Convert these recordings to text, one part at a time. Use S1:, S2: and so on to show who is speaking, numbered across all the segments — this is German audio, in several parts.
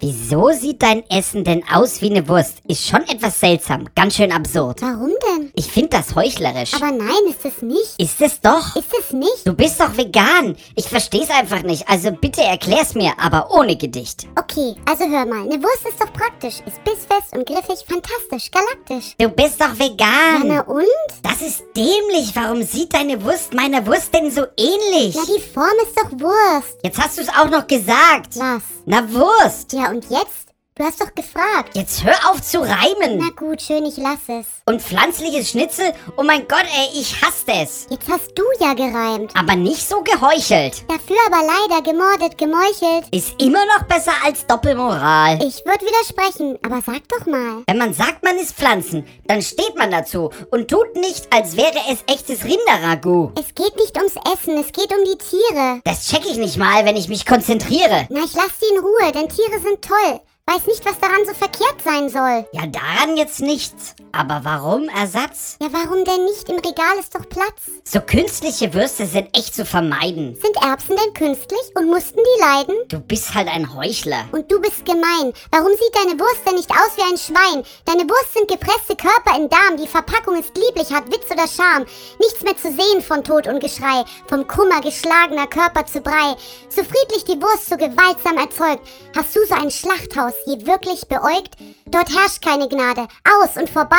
S1: So sieht dein Essen denn aus wie eine Wurst. Ist schon etwas seltsam, ganz schön absurd.
S2: Warum denn?
S1: Ich finde das heuchlerisch.
S2: Aber nein, ist es nicht.
S1: ist es doch?
S2: Ist es nicht?
S1: Du bist doch vegan. Ich versteh's einfach nicht. Also bitte erklär's mir, aber ohne Gedicht.
S2: Okay, also hör mal. Eine Wurst ist doch praktisch. Ist bissfest und griffig, fantastisch, galaktisch.
S1: Du bist doch
S2: Ja, na
S1: vegan.
S2: und?
S1: Das ist dämlich. Warum sieht deine Wurst meiner Wurst denn so ähnlich?
S2: Na, die Form ist doch Wurst.
S1: Jetzt hast du's auch noch gesagt.
S2: Was?
S1: Na Wurst.
S2: Ja, und jetzt? Du hast doch gefragt.
S1: Jetzt hör auf zu
S2: Na
S1: reimen.
S2: gut, schön, ich lass es.
S1: Und pflanzliches Schnitzel? Oh mein Gott, ey, ich hasse es.
S2: Jetzt hast du ja gereimt.
S1: Aber nicht so geheuchelt.
S2: Dafür aber leider gemordet, gemeuchelt.
S1: Ist immer noch besser als Doppelmoral.
S2: Ich würde widersprechen, aber sag doch mal.
S1: Wenn man sagt, man ist Pflanzen, dann steht man dazu und tut nicht, als wäre es echtes Rinderragout.
S2: Es geht nicht ums Essen, es geht um die Tiere.
S1: Das check ich nicht mal, wenn ich mich konzentriere.
S2: Na, ich lass die in Ruhe, denn Tiere sind toll. Weiß nicht, was daran so verkehrt sein soll.
S1: Ja, daran jetzt nichts. Aber warum Ersatz?
S2: Ja, warum denn nicht? Im Regal ist doch Platz.
S1: So künstliche Würste sind echt zu vermeiden.
S2: Sind Erbsen denn künstlich und mussten die leiden?
S1: Du bist halt ein Heuchler.
S2: Und du bist gemein. Warum sieht deine Wurst denn nicht aus wie ein Schwein? Deine Wurst sind gepresste Körper in Darm. Die Verpackung ist lieblich, hat Witz oder Charme. Nichts mehr zu sehen von Tod und Geschrei. Vom Kummer geschlagener Körper zu Brei. So friedlich die Wurst so gewaltsam erzeugt. Hast du so ein Schlachthaus je wirklich beäugt? Dort herrscht keine Gnade. Aus und vorbei.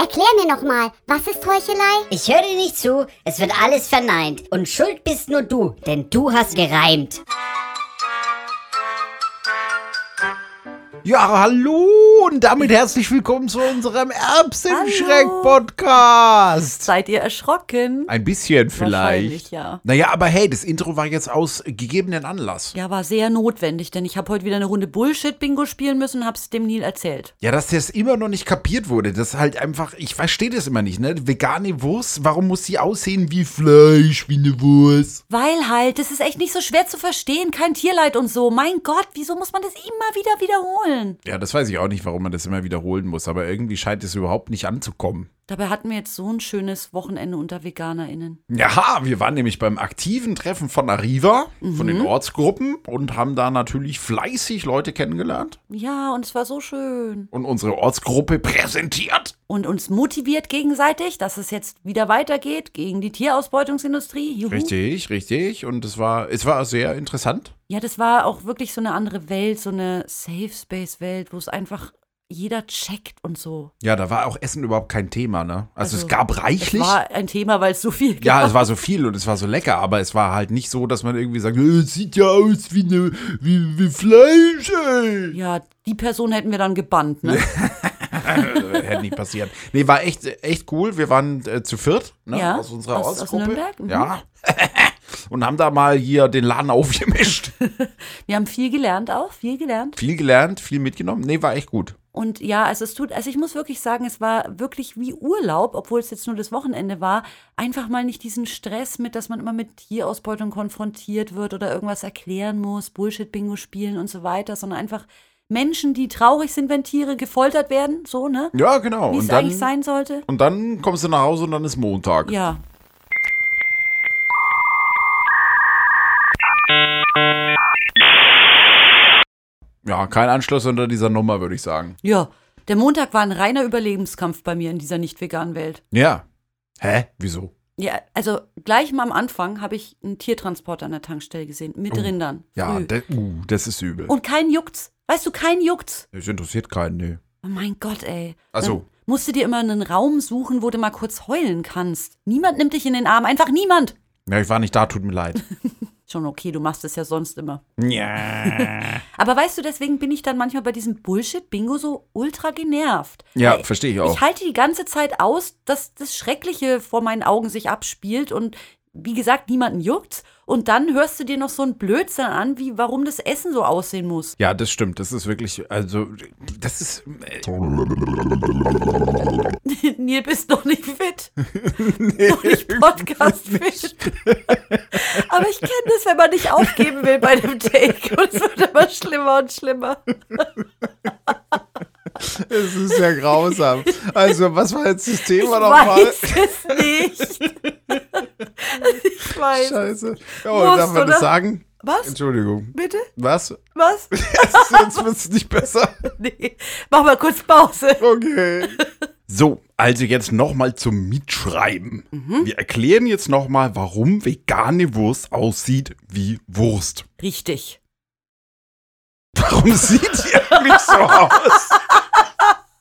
S2: Erklär mir nochmal, was ist Heuchelei?
S1: Ich höre dir nicht zu, es wird alles verneint. Und schuld bist nur du, denn du hast gereimt.
S3: Ja, hallo und damit herzlich willkommen zu unserem Erbsenschreck-Podcast.
S4: Seid ihr erschrocken?
S3: Ein bisschen
S4: Wahrscheinlich,
S3: vielleicht.
S4: ja.
S3: Naja, aber hey, das Intro war jetzt aus gegebenen Anlass. Ja,
S4: Ja, war sehr notwendig, denn ich habe heute wieder eine Runde Bullshit-Bingo spielen müssen und hab's dem Nil erzählt.
S3: dass das immer noch nicht kapiert wurde, das ist halt einfach, ich verstehe das immer nicht, ne? Vegane Wurst, warum muss sie aussehen wie Fleisch, wie eine Wurst?
S4: Weil halt, das ist echt nicht so schwer zu verstehen, kein Tierleid und so. Mein Gott, wieso muss man das immer wieder wiederholen?
S3: Ja, das weiß ich auch nicht, warum man das immer wiederholen muss, aber irgendwie scheint es überhaupt nicht anzukommen.
S4: Dabei hatten wir jetzt so ein schönes Wochenende unter VeganerInnen.
S3: Ja, wir waren nämlich beim aktiven Treffen von Arriva, von den Ortsgruppen und haben da natürlich fleißig Leute kennengelernt
S4: Ja, und es war so schön.
S3: und unsere Ortsgruppe präsentiert.
S4: Und uns motiviert gegenseitig, dass es jetzt wieder weitergeht gegen die Tierausbeutungsindustrie. Juhu.
S3: Richtig, richtig. Und es war, es war sehr interessant.
S4: Ja, das war auch wirklich so eine andere Welt, so eine Safe Space-Welt, wo es einfach jeder checkt und so.
S3: Ja, da war auch Essen überhaupt kein Thema, ne? Also, es
S4: Also,
S3: gab reichlich.
S4: Es war ein Thema, weil es so viel gab.
S3: ja, es war so viel und es war so lecker, aber es war halt nicht so, dass man irgendwie sagt, äh, es sieht ja aus wie, ne, wie, wie Fleisch, ey.
S4: Ja, die Person hätten wir dann gebannt, ne?
S3: Äh, Hätte nicht passiert. Nee, war echt, echt cool. Wir waren äh, zu viert ne?
S4: Ja,
S3: aus unserer
S4: aus- aus
S3: Ortsgruppe.
S4: Nürnberg, mhm.
S3: Ja. Und haben da mal hier den Laden aufgemischt.
S4: Wir haben viel gelernt auch, viel gelernt.
S3: viel gelernt, viel mitgenommen. Nee, war echt gut.
S4: Und ja, also es tut, also ich muss wirklich sagen, es war wirklich wie Urlaub, obwohl es jetzt nur das Wochenende war, einfach mal nicht diesen Stress mit, dass man immer mit Tierausbeutung konfrontiert wird oder irgendwas erklären muss, Bullshit-Bingo spielen und so weiter, sondern einfach Menschen, die traurig sind, wenn Tiere gefoltert werden, so, ne?
S3: Ja, genau.
S4: Wie es
S3: Und dann,
S4: eigentlich sein sollte.
S3: und dann kommst du nach Hause und dann ist Montag.
S4: Ja.
S3: Ja, kein Anschluss unter dieser Nummer, würde ich sagen.
S4: Ja. Der Montag war ein reiner Überlebenskampf bei mir in dieser nicht veganen Welt.
S3: Ja. Hä? Wieso?
S4: Ja, also gleich mal am Anfang habe ich einen Tiertransport an der Tankstelle gesehen mit Rindern.
S3: Ja,
S4: Früh.
S3: de, uh, das ist übel.
S4: Und kein Juckt's. Weißt du, kein Juckt's.
S3: Das interessiert keinen, nee.
S4: Oh mein Gott, ey.
S3: Ach so.
S4: Dann musst du dir immer einen Raum suchen, wo du mal kurz heulen kannst. Niemand nimmt dich in den Arm, einfach niemand.
S3: Ja, ich war nicht da, tut mir leid.
S4: Schon okay, du machst es ja sonst immer.
S3: ja.
S4: Aber weißt du, deswegen bin ich dann manchmal bei diesem Bullshit-Bingo so ultra genervt.
S3: Ja,
S4: Weil
S3: verstehe ich auch.
S4: Ich halte die ganze Zeit aus, dass das Schreckliche vor meinen Augen sich abspielt und wie gesagt, niemanden juckt's. Und dann hörst du dir noch so einen Blödsinn an, wie warum das Essen so aussehen muss.
S3: Ja, das stimmt. Das ist wirklich, also, das ist. Äh,
S4: Nil, bist noch nicht fit. noch nicht Podcast-fit. Aber ich kenne das, wenn man nicht aufgeben will bei dem Take. Und es wird immer schlimmer und schlimmer.
S3: Es ist ja grausam. Also, was war jetzt das
S4: Ich
S3: Thema nochmal?
S4: weiß es nicht. ich weiß.
S3: Scheiße. Ja,
S4: Wurst,
S3: darf man das
S4: oder?
S3: sagen?
S4: Was?
S3: Entschuldigung.
S4: Bitte?
S3: Was?
S4: Was?
S3: Sonst wird es nicht besser.
S4: Nee. Mach mal kurz Pause.
S3: Okay. So, also jetzt nochmal zum Mitschreiben.
S4: Mhm.
S3: Wir erklären jetzt nochmal, warum vegane Wurst aussieht wie Wurst.
S4: Richtig.
S3: Warum sieht die eigentlich so aus?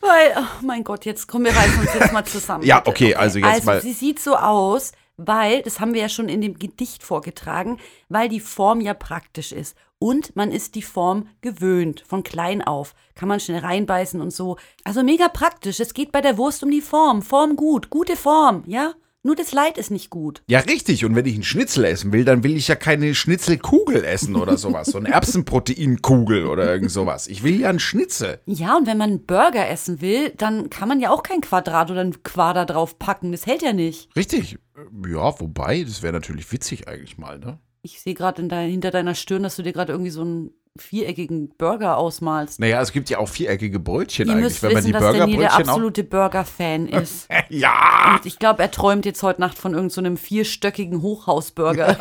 S4: Weil, oh mein Gott, jetzt kommen wir reißen uns jetzt mal zusammen.
S3: Ja,
S4: bitte.
S3: okay, also jetzt
S4: also
S3: mal.
S4: sie sieht so aus, weil, das haben wir ja schon in dem Gedicht vorgetragen, weil die Form ja praktisch ist. Und man ist die Form gewöhnt, von klein auf. Kann man schnell reinbeißen und so. Also mega praktisch. Es geht bei der Wurst um die Form. Form gut, gute Form, ja? Nur das Leid ist nicht gut.
S3: Ja, richtig. Und wenn ich einen Schnitzel essen will, dann will ich ja keine Schnitzelkugel essen oder sowas. So eine Erbsenproteinkugel oder irgend sowas. Ich will ja einen Schnitzel.
S4: Ja, und wenn man einen Burger essen will, dann kann man ja auch kein Quadrat oder ein Quader drauf packen. Das hält ja nicht.
S3: Richtig. Äh, Ja, wobei, das wäre natürlich witzig eigentlich mal, ne?
S4: Ich sehe gerade dein, hinter deiner Stirn, dass du dir gerade irgendwie so einen viereckigen Burger ausmalst.
S3: Naja, es gibt ja auch viereckige Brötchen
S4: Ihr
S3: eigentlich,
S4: müsst
S3: wenn man
S4: wissen,
S3: die
S4: dass Danny der
S3: Burgerbrötchen auch.
S4: absolute Burger-Fan ist.
S3: Ja!
S4: Und ich glaube, er träumt jetzt heute Nacht von irgendeinem so einem vierstöckigen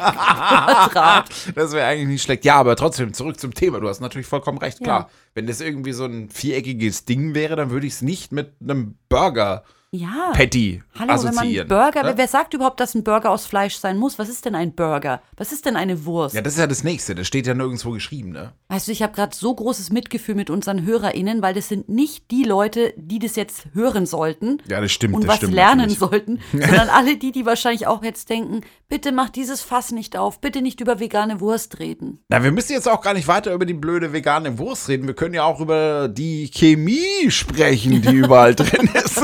S4: Hochhausburger.
S3: Das wäre eigentlich nicht schlecht. Ja, aber trotzdem, zurück zum Thema. Du hast natürlich vollkommen recht, klar. Wenn das irgendwie so ein viereckiges Ding wäre, dann würde ich es nicht mit einem Burger-Patty
S4: ja. Hallo,
S3: assoziieren.
S4: wenn man einen Burger,
S3: ne?
S4: wer sagt überhaupt, dass ein Burger aus Fleisch sein muss? Was ist denn ein Burger? Was ist denn eine Wurst?
S3: Ja, das ist ja das Nächste. Das steht ja nirgendwo geschrieben, ne?
S4: Weißt du, ich habe gerade so großes Mitgefühl mit unseren HörerInnen, weil das sind nicht die Leute, die das jetzt hören sollten.
S3: Ja, das stimmt,
S4: Und
S3: das
S4: was
S3: stimmt
S4: lernen
S3: natürlich.
S4: sollten, sondern alle die, die wahrscheinlich auch jetzt denken, bitte mach dieses Fass nicht auf, bitte nicht über vegane Wurst reden.
S3: Na, wir müssen jetzt auch gar nicht weiter über die blöde vegane Wurst reden. Wir können ja auch über die Chemie sprechen, die überall drin ist.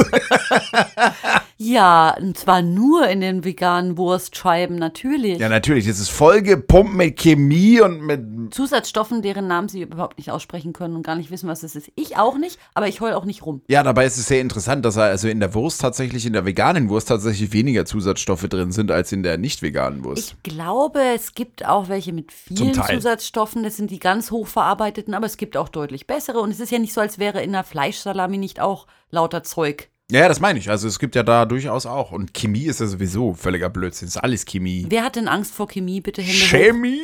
S4: Ja, und zwar nur in den veganen Wurstscheiben, natürlich.
S3: Ja, natürlich. Das ist vollgepumpt mit Chemie und mit.
S4: Zusatzstoffen, deren Namen sie überhaupt nicht aussprechen können und gar nicht wissen, was es ist. Ich auch nicht, aber ich heule auch nicht rum.
S3: Ja, dabei ist es sehr interessant, dass er also in der Wurst tatsächlich, in der veganen Wurst tatsächlich weniger Zusatzstoffe drin sind als in der nicht veganen Wurst.
S4: Ich glaube, es gibt auch welche mit vielen
S3: Teil.
S4: Zusatzstoffen. Das sind die ganz hochverarbeiteten, aber es gibt auch deutlich bessere. Und es ist ja nicht so, als wäre in einer Fleischsalami nicht auch lauter Zeug.
S3: ja, ja, das meine ich. Also es gibt ja da durchaus auch. Und Chemie ist ja sowieso völliger Blödsinn. Ist alles Chemie.
S4: Wer hat denn Angst vor Chemie? Bitte Hände hoch.
S3: Chemie!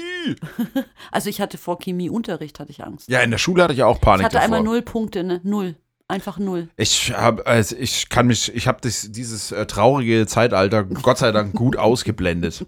S4: Also ich hatte vor Chemieunterricht hatte ich Angst.
S3: Ja, in der Schule hatte ich ja auch
S4: ich
S3: Panik
S4: hatte einmal
S3: davor.
S4: null Punkte, ne? Null. Einfach null.
S3: Ich habe, also ich kann mich, ich habe dieses äh, traurige Zeitalter Gott sei Dank gut ausgeblendet.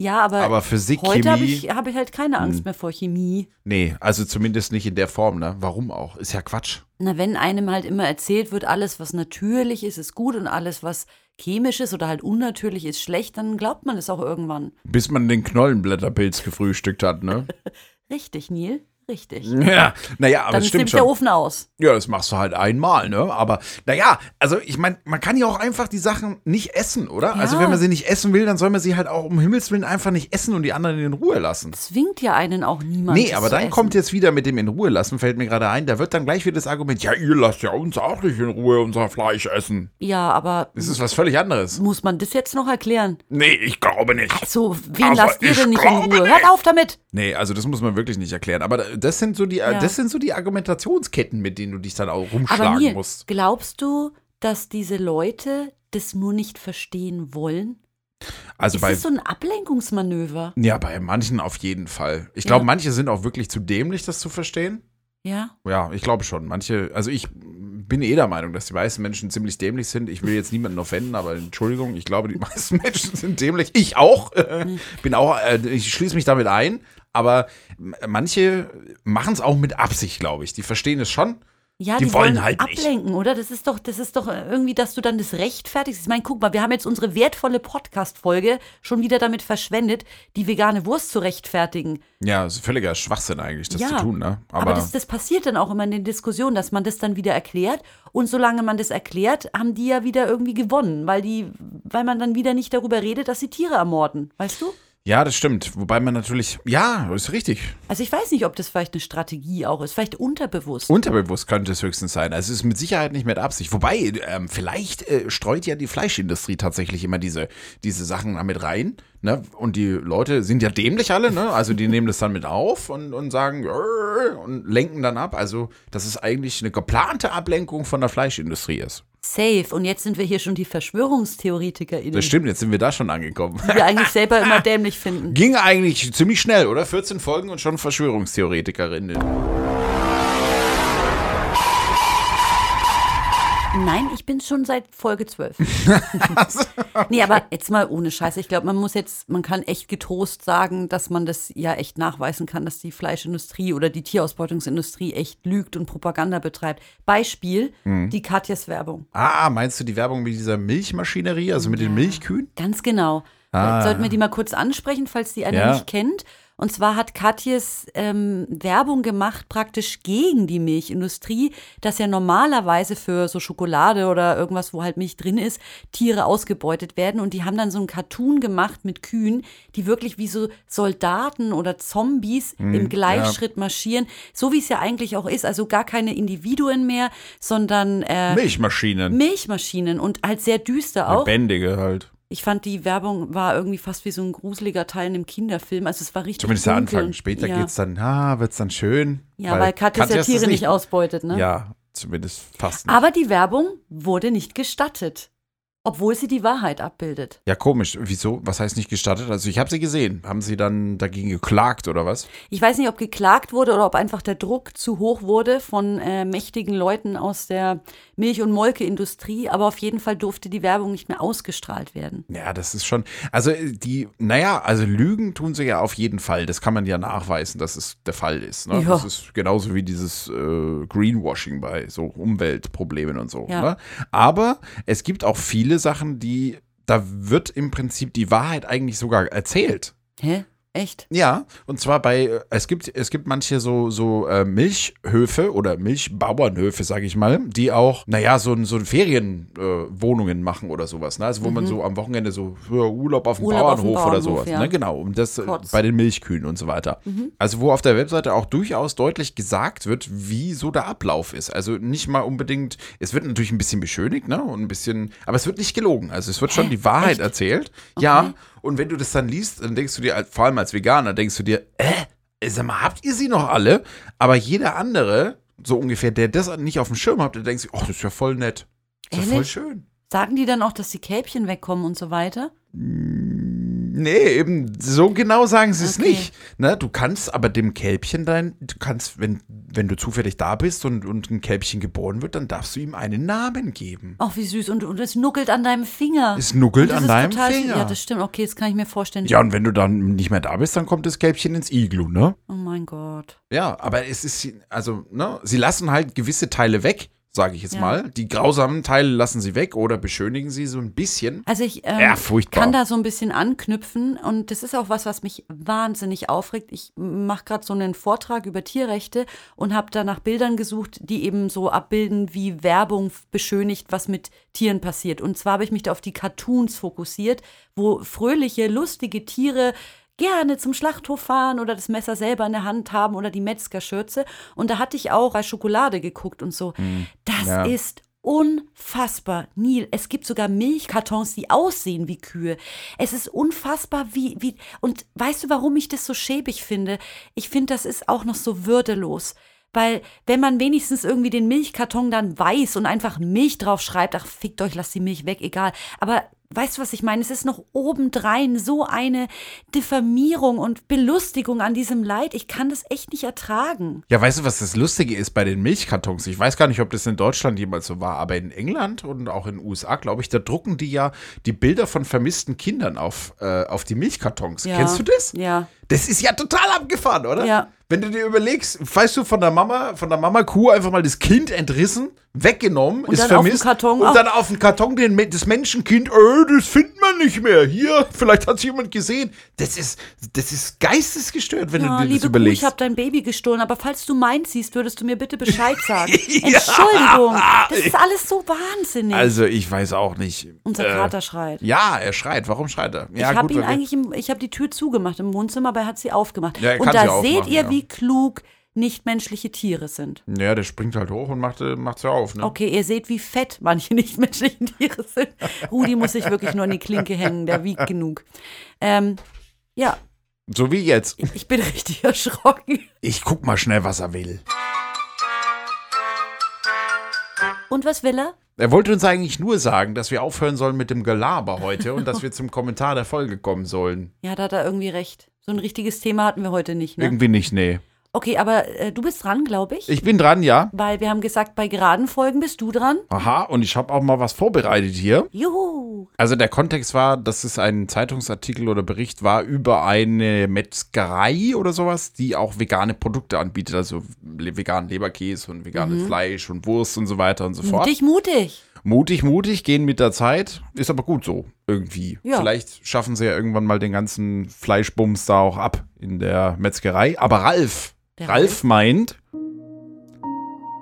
S4: Ja, aber,
S3: Aber Physik,
S4: heute habe
S3: Chemie- Hm.
S4: ich, hab ich halt keine Angst mehr vor Chemie.
S3: Nee, also zumindest nicht in der Form, ne? Warum auch? Ist ja Quatsch.
S4: Na, wenn einem halt immer erzählt wird, alles, was natürlich ist, ist gut und alles, was chemisch ist oder halt unnatürlich ist, schlecht, dann glaubt man es auch irgendwann.
S3: Bis man den Knollenblätterpilz gefrühstückt hat, ne?
S4: Richtig, Neil? Richtig.
S3: ja, naja, aber
S4: dann
S3: es
S4: ist
S3: stimmt
S4: nämlich der
S3: schon.
S4: Ofen aus.
S3: Ja, das machst du halt einmal, ne? Aber naja, also ich meine, man kann ja auch einfach die Sachen nicht essen, oder? Also
S4: Ja.
S3: wenn man sie nicht essen will, dann soll man sie halt auch um Himmels Willen einfach nicht essen und die anderen in Ruhe lassen.
S4: Zwingt ja einen auch niemand.
S3: Nee,
S4: es
S3: aber
S4: zu
S3: dann
S4: essen.
S3: kommt jetzt wieder mit dem in Ruhe lassen, fällt mir gerade ein. Da wird dann gleich wieder das Argument, ja, ihr lasst ja uns auch nicht in Ruhe unser Fleisch essen.
S4: Ja, aber
S3: Das ist was völlig anderes.
S4: muss man das jetzt noch erklären?
S3: Nee, ich glaube nicht.
S4: Also, wen
S3: Aber
S4: lasst ihr
S3: ich
S4: denn nicht in
S3: glaube
S4: Ruhe? Hört auf damit!
S3: Nee, also das muss man wirklich nicht erklären. Aber das sind so die,
S4: Ja.
S3: das sind so die Argumentationsketten, mit denen du dich dann auch
S4: Aber
S3: rumschlagen
S4: Neil,
S3: musst.
S4: glaubst du, dass diese Leute das nur nicht verstehen wollen?
S3: Also
S4: Ist
S3: bei,
S4: das so ein Ablenkungsmanöver?
S3: ja, bei manchen auf jeden Fall. Ich glaube,
S4: Ja.
S3: manche sind auch wirklich zu dämlich, das zu verstehen.
S4: Ja?
S3: Ja, ich glaube schon. Manche, also ich bin eh der Meinung, dass die meisten Menschen ziemlich dämlich sind. Ich will jetzt niemanden offenden, aber Entschuldigung, ich glaube, die meisten Menschen sind dämlich. Ich auch. bin auch, äh, ich schließe mich damit ein. Aber m- manche machen es auch mit Absicht, glaube ich. Die verstehen es schon.
S4: Ja,
S3: Die
S4: die,
S3: wollen
S4: wollen,
S3: halt nicht.
S4: ablenken, oder? Das ist doch, das ist doch irgendwie, dass du dann das rechtfertigst. Ich meine, guck mal, wir haben jetzt unsere wertvolle Podcast-Folge schon wieder damit verschwendet, die vegane Wurst zu rechtfertigen.
S3: Ja, es ist völliger Schwachsinn eigentlich, das
S4: ja.
S3: zu tun, ne?
S4: Aber, das, das passiert dann auch immer in den Diskussionen, dass man das dann wieder erklärt. Und solange man das erklärt, haben die ja wieder irgendwie gewonnen, weil die, weil man dann wieder nicht darüber redet, dass sie Tiere ermorden. Weißt du?
S3: Ja, das stimmt. Wobei man natürlich, ja, ist richtig.
S4: Also ich weiß nicht, ob das vielleicht eine Strategie auch ist, vielleicht unterbewusst.
S3: Unterbewusst könnte es höchstens sein. Also es ist mit Sicherheit nicht mit Absicht. Wobei, ähm, vielleicht äh, streut ja die Fleischindustrie tatsächlich immer diese, diese Sachen da mit rein. Ne? Und die Leute sind ja dämlich alle, ne? Also die nehmen das dann mit auf und, und sagen "Grrr" und lenken dann ab. Also, dass es eigentlich eine geplante Ablenkung von der Fleischindustrie ist.
S4: Safe. Und jetzt sind wir hier schon die VerschwörungstheoretikerInnen,
S3: Das stimmt, jetzt sind wir da schon angekommen.
S4: die wir eigentlich selber immer dämlich finden.
S3: Ging eigentlich ziemlich schnell, oder? 14 Folgen und schon Verschwörungstheoretikerinnen.
S4: Nein, ich bin schon seit Folge 12. nee, aber jetzt mal ohne Scheiße. Ich glaube, man muss jetzt, man kann echt getrost sagen, dass man das ja echt nachweisen kann, dass die Fleischindustrie oder die Tierausbeutungsindustrie echt lügt und Propaganda betreibt. Beispiel, die Katjas Werbung.
S3: Ah, meinst du die Werbung mit dieser Milchmaschinerie, also mit den Milchkühen?
S4: Ganz genau. Vielleicht Sollten wir die mal kurz ansprechen, falls die einer
S3: Ja.
S4: nicht kennt. Und zwar hat Katjes ähm, Werbung gemacht, praktisch gegen die Milchindustrie, dass ja normalerweise für so Schokolade oder irgendwas, wo halt Milch drin ist, Tiere ausgebeutet werden. Und die haben dann so einen Cartoon gemacht mit Kühen, die wirklich wie so Soldaten oder Zombies im Gleichschritt marschieren. So wie es ja eigentlich auch ist. Also gar keine Individuen mehr, sondern äh,
S3: Milchmaschinen.
S4: Milchmaschinen und halt sehr düster auch.
S3: Lebendige halt.
S4: Ich fand, die Werbung war irgendwie fast wie so ein gruseliger Teil in einem Kinderfilm. Also es war richtig
S3: Zumindest der
S4: dunkel.
S3: Anfang. Später
S4: ja.
S3: geht's dann, ah, wird's dann schön.
S4: Ja, weil, Katja ja
S3: Katja ist das
S4: Tiere nicht ausbeutet, ne?
S3: Ja, zumindest fast nicht.
S4: Aber die Werbung wurde nicht gestattet, obwohl sie die Wahrheit abbildet.
S3: ja, komisch. Wieso? Was heißt nicht gestattet? Also ich habe sie gesehen. Haben sie dann dagegen geklagt oder was?
S4: Ich weiß nicht, ob geklagt wurde oder ob einfach der Druck zu hoch wurde von äh, mächtigen Leuten aus der Milch- und Molkeindustrie, aber auf jeden Fall durfte die Werbung nicht mehr ausgestrahlt werden.
S3: Ja, das ist schon. Also die, naja, also Lügen tun sie ja auf jeden Fall. Das kann man ja nachweisen, dass es der Fall ist. Ne?
S4: Ja.
S3: Das ist genauso wie dieses äh, Greenwashing bei so Umweltproblemen und so.
S4: Ja.
S3: Ne? Aber es gibt auch viele Sachen, die, da wird im Prinzip die Wahrheit eigentlich sogar erzählt.
S4: Hä? Echt?
S3: Ja, und zwar bei, äh, es gibt, es gibt manche so, so äh, Milchhöfe oder Milchbauernhöfe, sage ich mal, die auch, naja, so, ein- so ein Ferienwohnungen äh, Wohnungen machen oder sowas. Ne? Also wo man so am Wochenende so ja, Urlaub auf dem
S4: Mhm. Urlaub auf dem
S3: Bauernhof, oder
S4: Bauernhof,
S3: sowas.
S4: ja.
S3: Ne? Genau, um das äh,
S4: Kurz. Mhm.
S3: bei den Milchkühen und so weiter. Also wo auf der Webseite auch durchaus deutlich gesagt wird, wie so der Ablauf ist. Also nicht mal unbedingt, es wird natürlich ein bisschen beschönigt, ne? Und ein bisschen, aber es wird nicht gelogen. Also es wird schon die Wahrheit erzählt. Ja. Und wenn du das dann liest, dann denkst du dir, äh, vor allem als Veganer, denkst du dir, äh, sag mal, habt ihr sie noch alle? Aber jeder andere, so ungefähr, der das nicht auf dem Schirm hat, der denkt sich, oh, das ist ja voll nett. Das ist ja voll
S4: Ehrlich?
S3: schön.
S4: Sagen die dann auch, dass die Kälbchen wegkommen und so weiter?
S3: Nee, eben so genau sagen sie es
S4: Okay.
S3: nicht. Ne, du kannst aber dem Kälbchen dein, du kannst, wenn, wenn du zufällig da bist und, und ein Kälbchen geboren wird, dann darfst du ihm einen Namen geben.
S4: Ach, wie süß. Und, und es nuckelt an deinem Finger.
S3: Es nuckelt
S4: Und das
S3: an
S4: ist
S3: deinem
S4: total süß.
S3: Finger.
S4: Ja, das stimmt. Okay, das kann ich mir vorstellen.
S3: Ja, und wenn du dann nicht mehr da bist, dann kommt das Kälbchen ins Iglu, ne?
S4: Oh mein Gott.
S3: Ja, aber es ist, also, ne, sie lassen halt gewisse Teile weg, sage ich jetzt
S4: Ja.
S3: mal. Die grausamen Teile lassen sie weg oder beschönigen sie so ein bisschen.
S4: Also ich ähm,
S3: Mhm. Ja, furchtbar.
S4: kann da so ein bisschen anknüpfen und das ist auch was, was mich wahnsinnig aufregt. Ich mache gerade so einen Vortrag über Tierrechte und habe da nach Bildern gesucht, die eben so abbilden, wie Werbung f- beschönigt, was mit Tieren passiert. Und zwar habe ich mich da auf die Cartoons fokussiert, wo fröhliche, lustige Tiere gerne zum Schlachthof fahren oder das Messer selber in der Hand haben oder die Metzgerschürze. Und da hatte ich auch bei Schokolade geguckt und so. Das
S3: Mhm. ja.
S4: ist unfassbar, Neil. Es gibt sogar Milchkartons, die aussehen wie Kühe. Es ist unfassbar, wie, wie. Und weißt du, warum ich das so schäbig finde? Ich finde, das ist auch noch so würdelos. Weil, wenn man wenigstens irgendwie den Milchkarton dann weiß und einfach Milch draufschreibt, ach, fickt euch, lasst die Milch weg, egal. Aber weißt du, was ich meine? Es ist noch obendrein so eine Diffamierung und Belustigung an diesem Leid. Ich kann das echt nicht ertragen.
S3: Ja, weißt du, was das Lustige ist bei den Milchkartons? Ich weiß gar nicht, ob das in Deutschland jemals so war, aber in England und auch in den USA, glaube ich, da drucken die ja die Bilder von vermissten Kindern auf, äh, auf die Milchkartons.
S4: Ja.
S3: Kennst du das?
S4: Ja.
S3: Das ist ja total abgefahren, oder?
S4: Ja.
S3: Wenn du dir überlegst, weißt du, von der Mama, von der Mama Kuh einfach mal das Kind entrissen, weggenommen, ist
S4: dann auf
S3: vermisst
S4: den Karton
S3: und
S4: auch.
S3: dann auf den Karton den, Me- das Menschenkind, äh, das findet man nicht mehr. Hier, vielleicht hat jemand gesehen. Das ist, das ist geistesgestört, wenn
S4: Ja,
S3: du dir das
S4: Ah, liebe Kuh,
S3: überlegst.
S4: ich habe dein Baby gestohlen, aber falls du meins siehst, würdest du mir bitte Bescheid sagen. Entschuldigung, das ist alles so wahnsinnig.
S3: Also ich weiß auch nicht.
S4: Unser
S3: Äh,
S4: Kater schreit.
S3: Ja, er schreit. Warum schreit er? Ja,
S4: ich habe ihn
S3: weil wir-
S4: eigentlich, im, ich habe die Tür zugemacht im Wohnzimmer, aber er hat sie aufgemacht.
S3: Ja, er
S4: Und
S3: kann sie
S4: da
S3: aufmachen,
S4: seht ihr,
S3: ja.
S4: wie klug nichtmenschliche Tiere sind.
S3: Ja, der springt halt hoch und macht, äh, macht's ja auf. Ne?
S4: Okay, ihr seht, wie fett manche nichtmenschlichen Tiere sind. Rudi muss sich wirklich nur an die Klinke hängen, der wiegt genug. Ähm, ja,
S3: So wie jetzt.
S4: ich bin richtig erschrocken.
S3: Ich guck mal schnell, was er will.
S4: Und was will er?
S3: Er wollte uns eigentlich nur sagen, dass wir aufhören sollen mit dem Gelaber heute und dass wir zum Kommentar der Folge kommen sollen.
S4: Ja, da hat er irgendwie recht. So ein richtiges Thema hatten wir heute nicht. Ne?
S3: Irgendwie nicht, nee.
S4: Okay, aber äh, du bist dran, glaube ich.
S3: Ich bin dran, ja.
S4: Weil wir haben gesagt, bei geraden Folgen bist du dran.
S3: Aha, und ich habe auch mal was vorbereitet hier.
S4: Juhu.
S3: Also der Kontext war, dass es ein Zeitungsartikel oder Bericht war über eine Metzgerei oder sowas, die auch vegane Produkte anbietet, also le- veganen Leberkäse und veganes Fleisch und Wurst und so weiter und so fort.
S4: Mutig, mutig.
S3: Mutig, mutig, gehen mit der Zeit. Ist aber gut so, irgendwie.
S4: Ja.
S3: Vielleicht schaffen sie ja irgendwann mal den ganzen Fleischbums da auch ab in der Metzgerei. Aber Ralf,
S4: Der
S3: Ralf meint,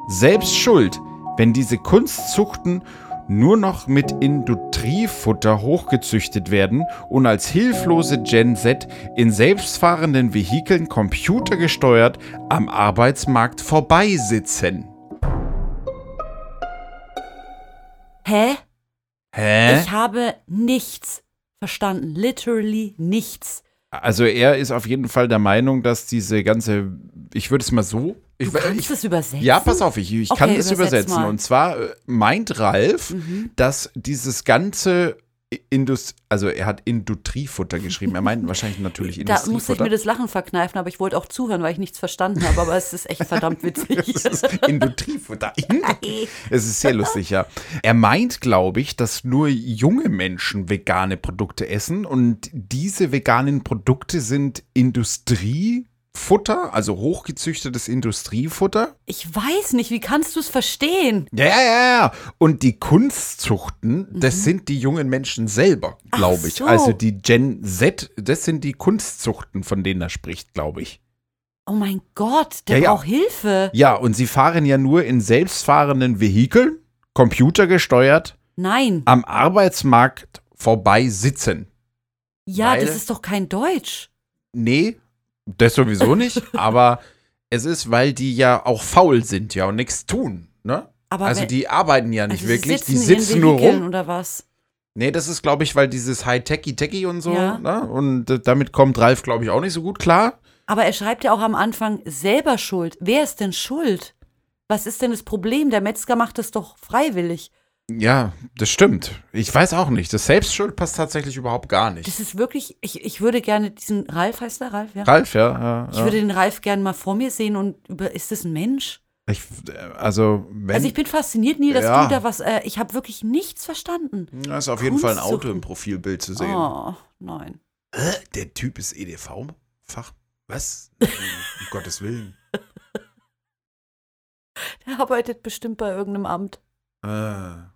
S3: selbst schuld, wenn diese Kunstzuchten nur noch mit Industriefutter hochgezüchtet werden und als hilflose Gen Z in selbstfahrenden Vehikeln computergesteuert am Arbeitsmarkt vorbeisitzen.
S4: Hä?
S3: Hä?
S4: Ich habe nichts verstanden. Literally nichts.
S3: Also er ist auf jeden Fall der Meinung, dass diese ganze, ich würde es mal so. Ich,
S4: Du kannst
S3: ich,
S4: es übersetzen?
S3: ja, pass auf, ich, ich
S4: Okay,
S3: kann es
S4: übersetz
S3: übersetzen.
S4: mal. Mhm.
S3: Und zwar äh, meint Ralf, dass dieses ganze Indust also er hat Industriefutter geschrieben. Er meint wahrscheinlich natürlich
S4: Da musste ich
S3: Industriefutter.
S4: mir das Lachen verkneifen, aber ich wollte auch zuhören, weil ich nichts verstanden habe. Aber es ist echt verdammt witzig.
S3: Es ist Industriefutter. es ist sehr lustig, ja. Er meint, glaube ich, dass nur junge Menschen vegane Produkte essen und diese veganen Produkte sind Industriefutter, also hochgezüchtetes Industriefutter.
S4: Ich weiß nicht, wie kannst du es verstehen?
S3: Ja, ja, ja, ja. Und die Kunstzuchten, das sind die jungen Menschen selber, glaube ich.
S4: so.
S3: Also die Gen Z, das sind die Kunstzuchten, von denen er spricht, glaube ich.
S4: Oh mein Gott, der
S3: Ja, ja.
S4: braucht Hilfe.
S3: Ja, und sie fahren ja nur in selbstfahrenden Vehikeln, computergesteuert,
S4: Nein.
S3: am Arbeitsmarkt vorbei sitzen.
S4: Ja,
S3: Weil-
S4: das ist doch kein Deutsch.
S3: Nee, das sowieso nicht, aber es ist, weil die ja auch faul sind, ja, und nichts tun, ne?
S4: Aber
S3: also
S4: wenn-
S3: die arbeiten ja nicht
S4: Also sie
S3: wirklich, die
S4: in
S3: sitzen nur
S4: Vehikeln
S3: rum.
S4: Oder was?
S3: Nee, das ist, glaube ich, weil dieses High-Techy-Techy und so,
S4: Ja.
S3: ne? Und äh, damit kommt Ralf, glaube ich, auch nicht so gut klar.
S4: Aber er schreibt ja auch am Anfang selber schuld. Wer ist denn schuld? Was ist denn das Problem? Der Metzger macht das doch freiwillig.
S3: Ja, das stimmt. Ich weiß auch nicht. Das Selbstschuld passt tatsächlich überhaupt gar nicht.
S4: Das ist wirklich, ich, ich würde gerne diesen Ralf, heißt der Ralf, ja?
S3: Ralf, ja. ja,
S4: Ich
S3: ja.
S4: würde den Ralf gerne mal vor mir sehen und über, ist das ein Mensch?
S3: Ich, äh, also, wenn.
S4: Also ich bin fasziniert, Nil, dass
S3: Ja.
S4: du da was, äh, ich habe wirklich nichts verstanden.
S3: da ist auf jeden Fall ein Auto
S4: Kunstzuchten.
S3: im Profilbild zu sehen.
S4: Oh, nein.
S3: Hä? Der Typ ist EDV-Fach? Was? um Gottes Willen.
S4: Der arbeitet bestimmt bei irgendeinem Amt.
S3: Ah.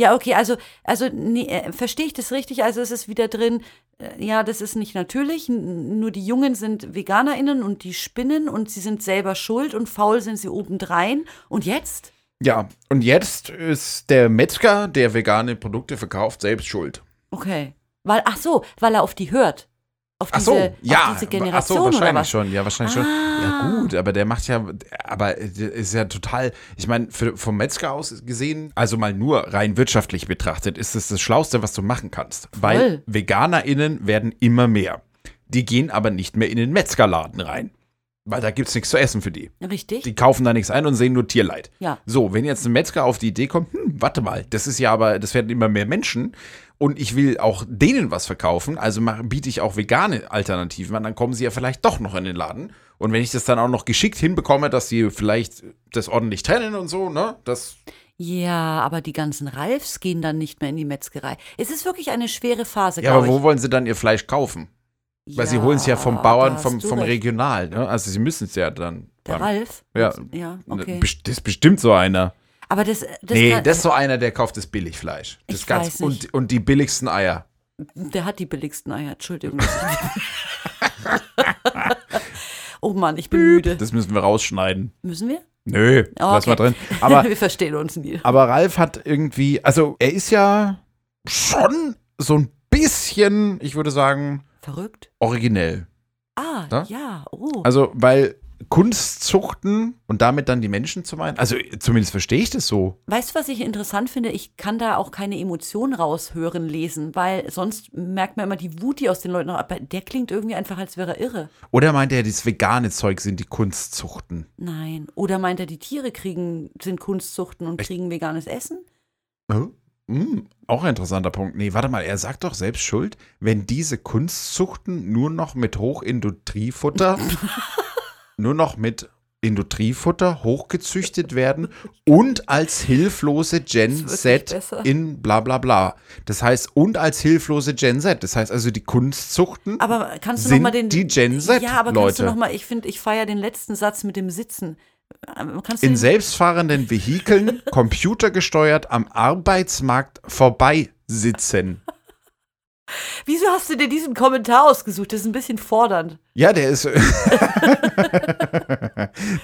S4: Ja, okay, also, also nee, äh, verstehe ich das richtig? Also es ist wieder drin, äh, ja, das ist nicht natürlich, n- nur die Jungen sind VeganerInnen und die spinnen und sie sind selber schuld und faul sind sie obendrein. Und jetzt?
S3: Ja, und jetzt ist der Metzger, der vegane Produkte verkauft, selbst schuld.
S4: Okay. Weil, ach so, weil er auf die hört. Auf
S3: Ach
S4: diese,
S3: so, ja,
S4: auf diese
S3: ach so,
S4: Generation oder
S3: wahrscheinlich
S4: was?
S3: schon, ja, wahrscheinlich schon. Ja
S4: Ah.
S3: gut, aber der macht ja, aber äh, ist ja total, ich meine, für- vom Metzger aus gesehen, also mal nur rein wirtschaftlich betrachtet, ist es das Schlauste, was du machen kannst. Weil
S4: Voll.
S3: VeganerInnen werden immer mehr. Die gehen aber nicht mehr in den Metzgerladen rein. Weil da gibt's nichts zu essen für die.
S4: Richtig?
S3: Die kaufen da nichts ein und sehen nur Tierleid.
S4: Ja.
S3: So, wenn jetzt ein Metzger auf die Idee kommt, hm, warte mal, das ist ja aber, das werden immer mehr Menschen und ich will auch denen was verkaufen, also mach, biete ich auch vegane Alternativen an, dann kommen sie ja vielleicht doch noch in den Laden. Und wenn ich das dann auch noch geschickt hinbekomme, dass sie vielleicht das ordentlich trennen und so, ne? Das,
S4: Ja, aber die ganzen Ralfs gehen dann nicht mehr in die Metzgerei. Es ist wirklich eine schwere Phase,
S3: ja, aber
S4: glaube ich.
S3: wo wollen sie dann ihr Fleisch kaufen? Weil sie holen es ja vom Bauern,
S4: da
S3: vom,
S4: hast du
S3: vom
S4: recht.
S3: Regional, ne? Also sie müssen es ja dann.
S4: Der
S3: beim-
S4: Ralf?
S3: Ja. Ne,
S4: Ja, okay.
S3: Best- Das ist bestimmt so einer.
S4: Aber das, das,
S3: nee,
S4: kann-
S3: das ist so einer, der kauft das Billigfleisch. Das
S4: Ich
S3: ganz,
S4: weiß nicht.
S3: Und, und die billigsten Eier.
S4: Der hat die billigsten Eier, Entschuldigung. oh Mann, ich bin müde.
S3: Das müssen wir rausschneiden.
S4: Müssen wir?
S3: Nö,
S4: Oh,
S3: lass
S4: okay.
S3: mal drin. Aber,
S4: wir verstehen uns nie.
S3: aber Ralf hat irgendwie, also er ist ja schon so ein bisschen, ich würde sagen,
S4: Verrückt?
S3: originell.
S4: Ah,
S3: Da?
S4: ja, oh.
S3: Also, weil Kunstzuchten und damit dann die Menschen zu meinen, also zumindest verstehe ich das so.
S4: Weißt du, was ich interessant finde? Ich kann da auch keine Emotion raushören, lesen, weil sonst merkt man immer die Wut, die aus den Leuten Aber der klingt irgendwie einfach, als wäre er irre.
S3: Oder meint er, das vegane Zeug sind die Kunstzuchten?
S4: Nein. Oder meint er, die Tiere kriegen, sind Kunstzuchten und kriegen veganes Essen?
S3: Hm, auch ein interessanter Punkt. Nee, warte mal, er sagt doch selbst schuld, wenn diese Kunstzuchten nur noch mit Hochindustriefutter, nur noch mit Industriefutter hochgezüchtet werden und als hilflose Gen
S4: Das
S3: Z
S4: wird nicht besser.
S3: in bla bla bla. Das heißt, und als hilflose Gen Z. Das heißt also, die Kunstzuchten.
S4: Aber kannst du
S3: Sind
S4: noch mal den
S3: die Gen Z,
S4: Ja, aber kannst
S3: Leute.
S4: du noch mal, ich finde, ich feiere den letzten Satz mit dem Sitzen. Ähm, Kannst du
S3: in
S4: den-
S3: selbstfahrenden Vehikeln, computergesteuert, am Arbeitsmarkt vorbeisitzen.
S4: Wieso hast du dir diesen Kommentar ausgesucht? Das ist ein bisschen fordernd.
S3: Ja, der ist.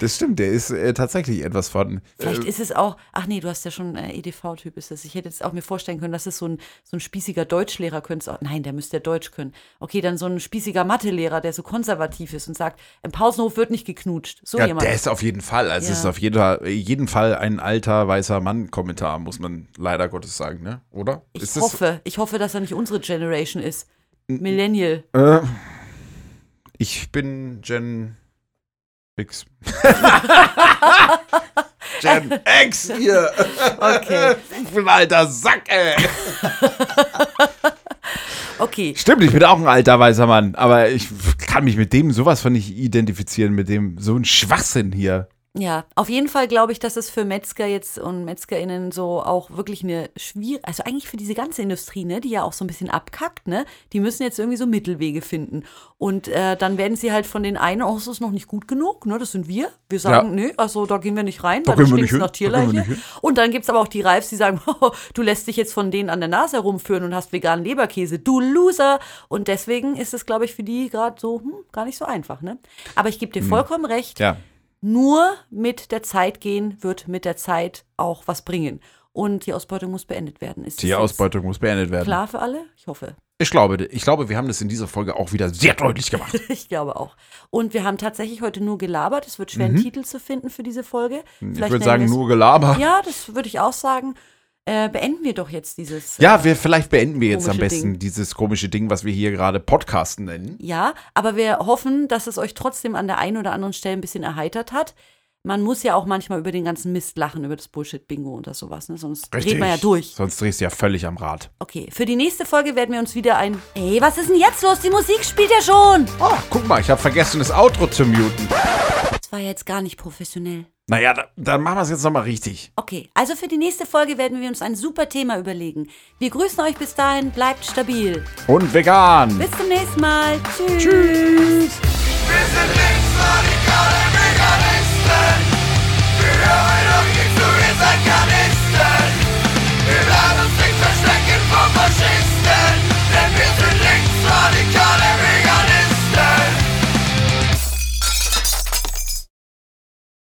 S3: das stimmt, der ist äh, tatsächlich etwas von.
S4: Vielleicht ist es auch, ach nee, du hast ja schon äh, EDV-Typ ist es. Ich hätte jetzt auch mir vorstellen können, dass es so ein, so ein spießiger Deutschlehrer könnte. es auch- Nein, der müsste ja Deutsch können. Okay, dann so ein spießiger Mathelehrer, der so konservativ ist und sagt, im Pausenhof wird nicht geknutscht. So
S3: Ja,
S4: jemand.
S3: der ist auf jeden Fall. Also, es ist
S4: Ja.
S3: auf jeder, jeden Fall ein alter weißer Mann-Kommentar, muss man leider Gottes sagen, ne? Oder?
S4: ich
S3: ist
S4: hoffe, ich hoffe, dass er nicht unsere Generation ist. Millennial.
S3: Das, äh, ich bin Gen X. Gen X hier.
S4: Okay.
S3: Ich bin ein alter Sack, ey.
S4: Okay.
S3: Stimmt, ich bin auch ein alter weißer Mann, aber ich kann mich mit dem sowas von nicht identifizieren, mit dem so ein Schwachsinn hier.
S4: Ja, auf jeden Fall glaube ich, dass es für Metzger jetzt und MetzgerInnen so auch wirklich eine schwierige, also eigentlich für diese ganze Industrie, ne, die ja auch so ein bisschen abkackt, ne, die müssen jetzt irgendwie so Mittelwege finden. Und äh, dann werden sie halt von den einen, oh, es ist noch nicht gut genug, ne, das sind wir. Wir sagen,
S3: Ja.
S4: nee, also da gehen wir nicht rein,
S3: Da
S4: weil das
S3: gehen wir nicht
S4: stinkt
S3: hin,
S4: nach
S3: da gehen wir
S4: Tierleiche.
S3: nicht hin.
S4: Und dann gibt es aber auch die Ralfs, die sagen, oh, du lässt dich jetzt von denen an der Nase herumführen und hast veganen Leberkäse, du Loser. Und deswegen ist es, glaube ich, für die gerade so, hm, gar nicht so einfach, ne. Aber ich gebe dir vollkommen recht
S3: Hm. Ja.
S4: nur mit der Zeit gehen wird mit der Zeit auch was bringen. Und die Ausbeutung muss beendet werden. Ist das jetzt
S3: Tierausbeutung muss beendet werden.
S4: Klar für alle? Ich hoffe.
S3: Ich glaube, ich glaube, wir haben das in dieser Folge auch wieder sehr deutlich gemacht.
S4: Ich glaube auch. Und wir haben tatsächlich heute nur gelabert. Es wird schwer, einen Titel zu finden für diese Folge.
S3: Mhm. Ich würde
S4: Vielleicht nennen
S3: sagen,
S4: wir es-
S3: nur Gelaber. Ja,
S4: Ja, das würde ich auch sagen. Äh, beenden wir doch jetzt dieses. äh,
S3: wir, vielleicht beenden wir jetzt am
S4: Komische
S3: besten
S4: Ding.
S3: dieses komische Ding, was wir hier gerade Podcasten nennen.
S4: Ja, aber wir hoffen, dass es euch trotzdem an der einen oder anderen Stelle ein bisschen erheitert hat. Man muss ja auch manchmal über den ganzen Mist lachen, über das Bullshit-Bingo oder sowas. Ne? Sonst dreht man ja durch.
S3: Sonst drehst du ja völlig am Rad.
S4: Okay, für die nächste Folge werden wir uns wieder ein. Ey, was ist denn jetzt los? Die Musik spielt ja schon!
S3: Oh, guck mal, ich habe vergessen, das Outro zu muten.
S4: Das war jetzt gar nicht professionell.
S3: Naja, da, dann machen wir es jetzt nochmal richtig.
S4: Okay, also für die nächste Folge werden wir uns ein super Thema überlegen. Wir grüßen euch bis dahin, bleibt stabil.
S3: Und vegan.
S4: Bis zum nächsten Mal. Tschüss. Tschüss.
S5: Visit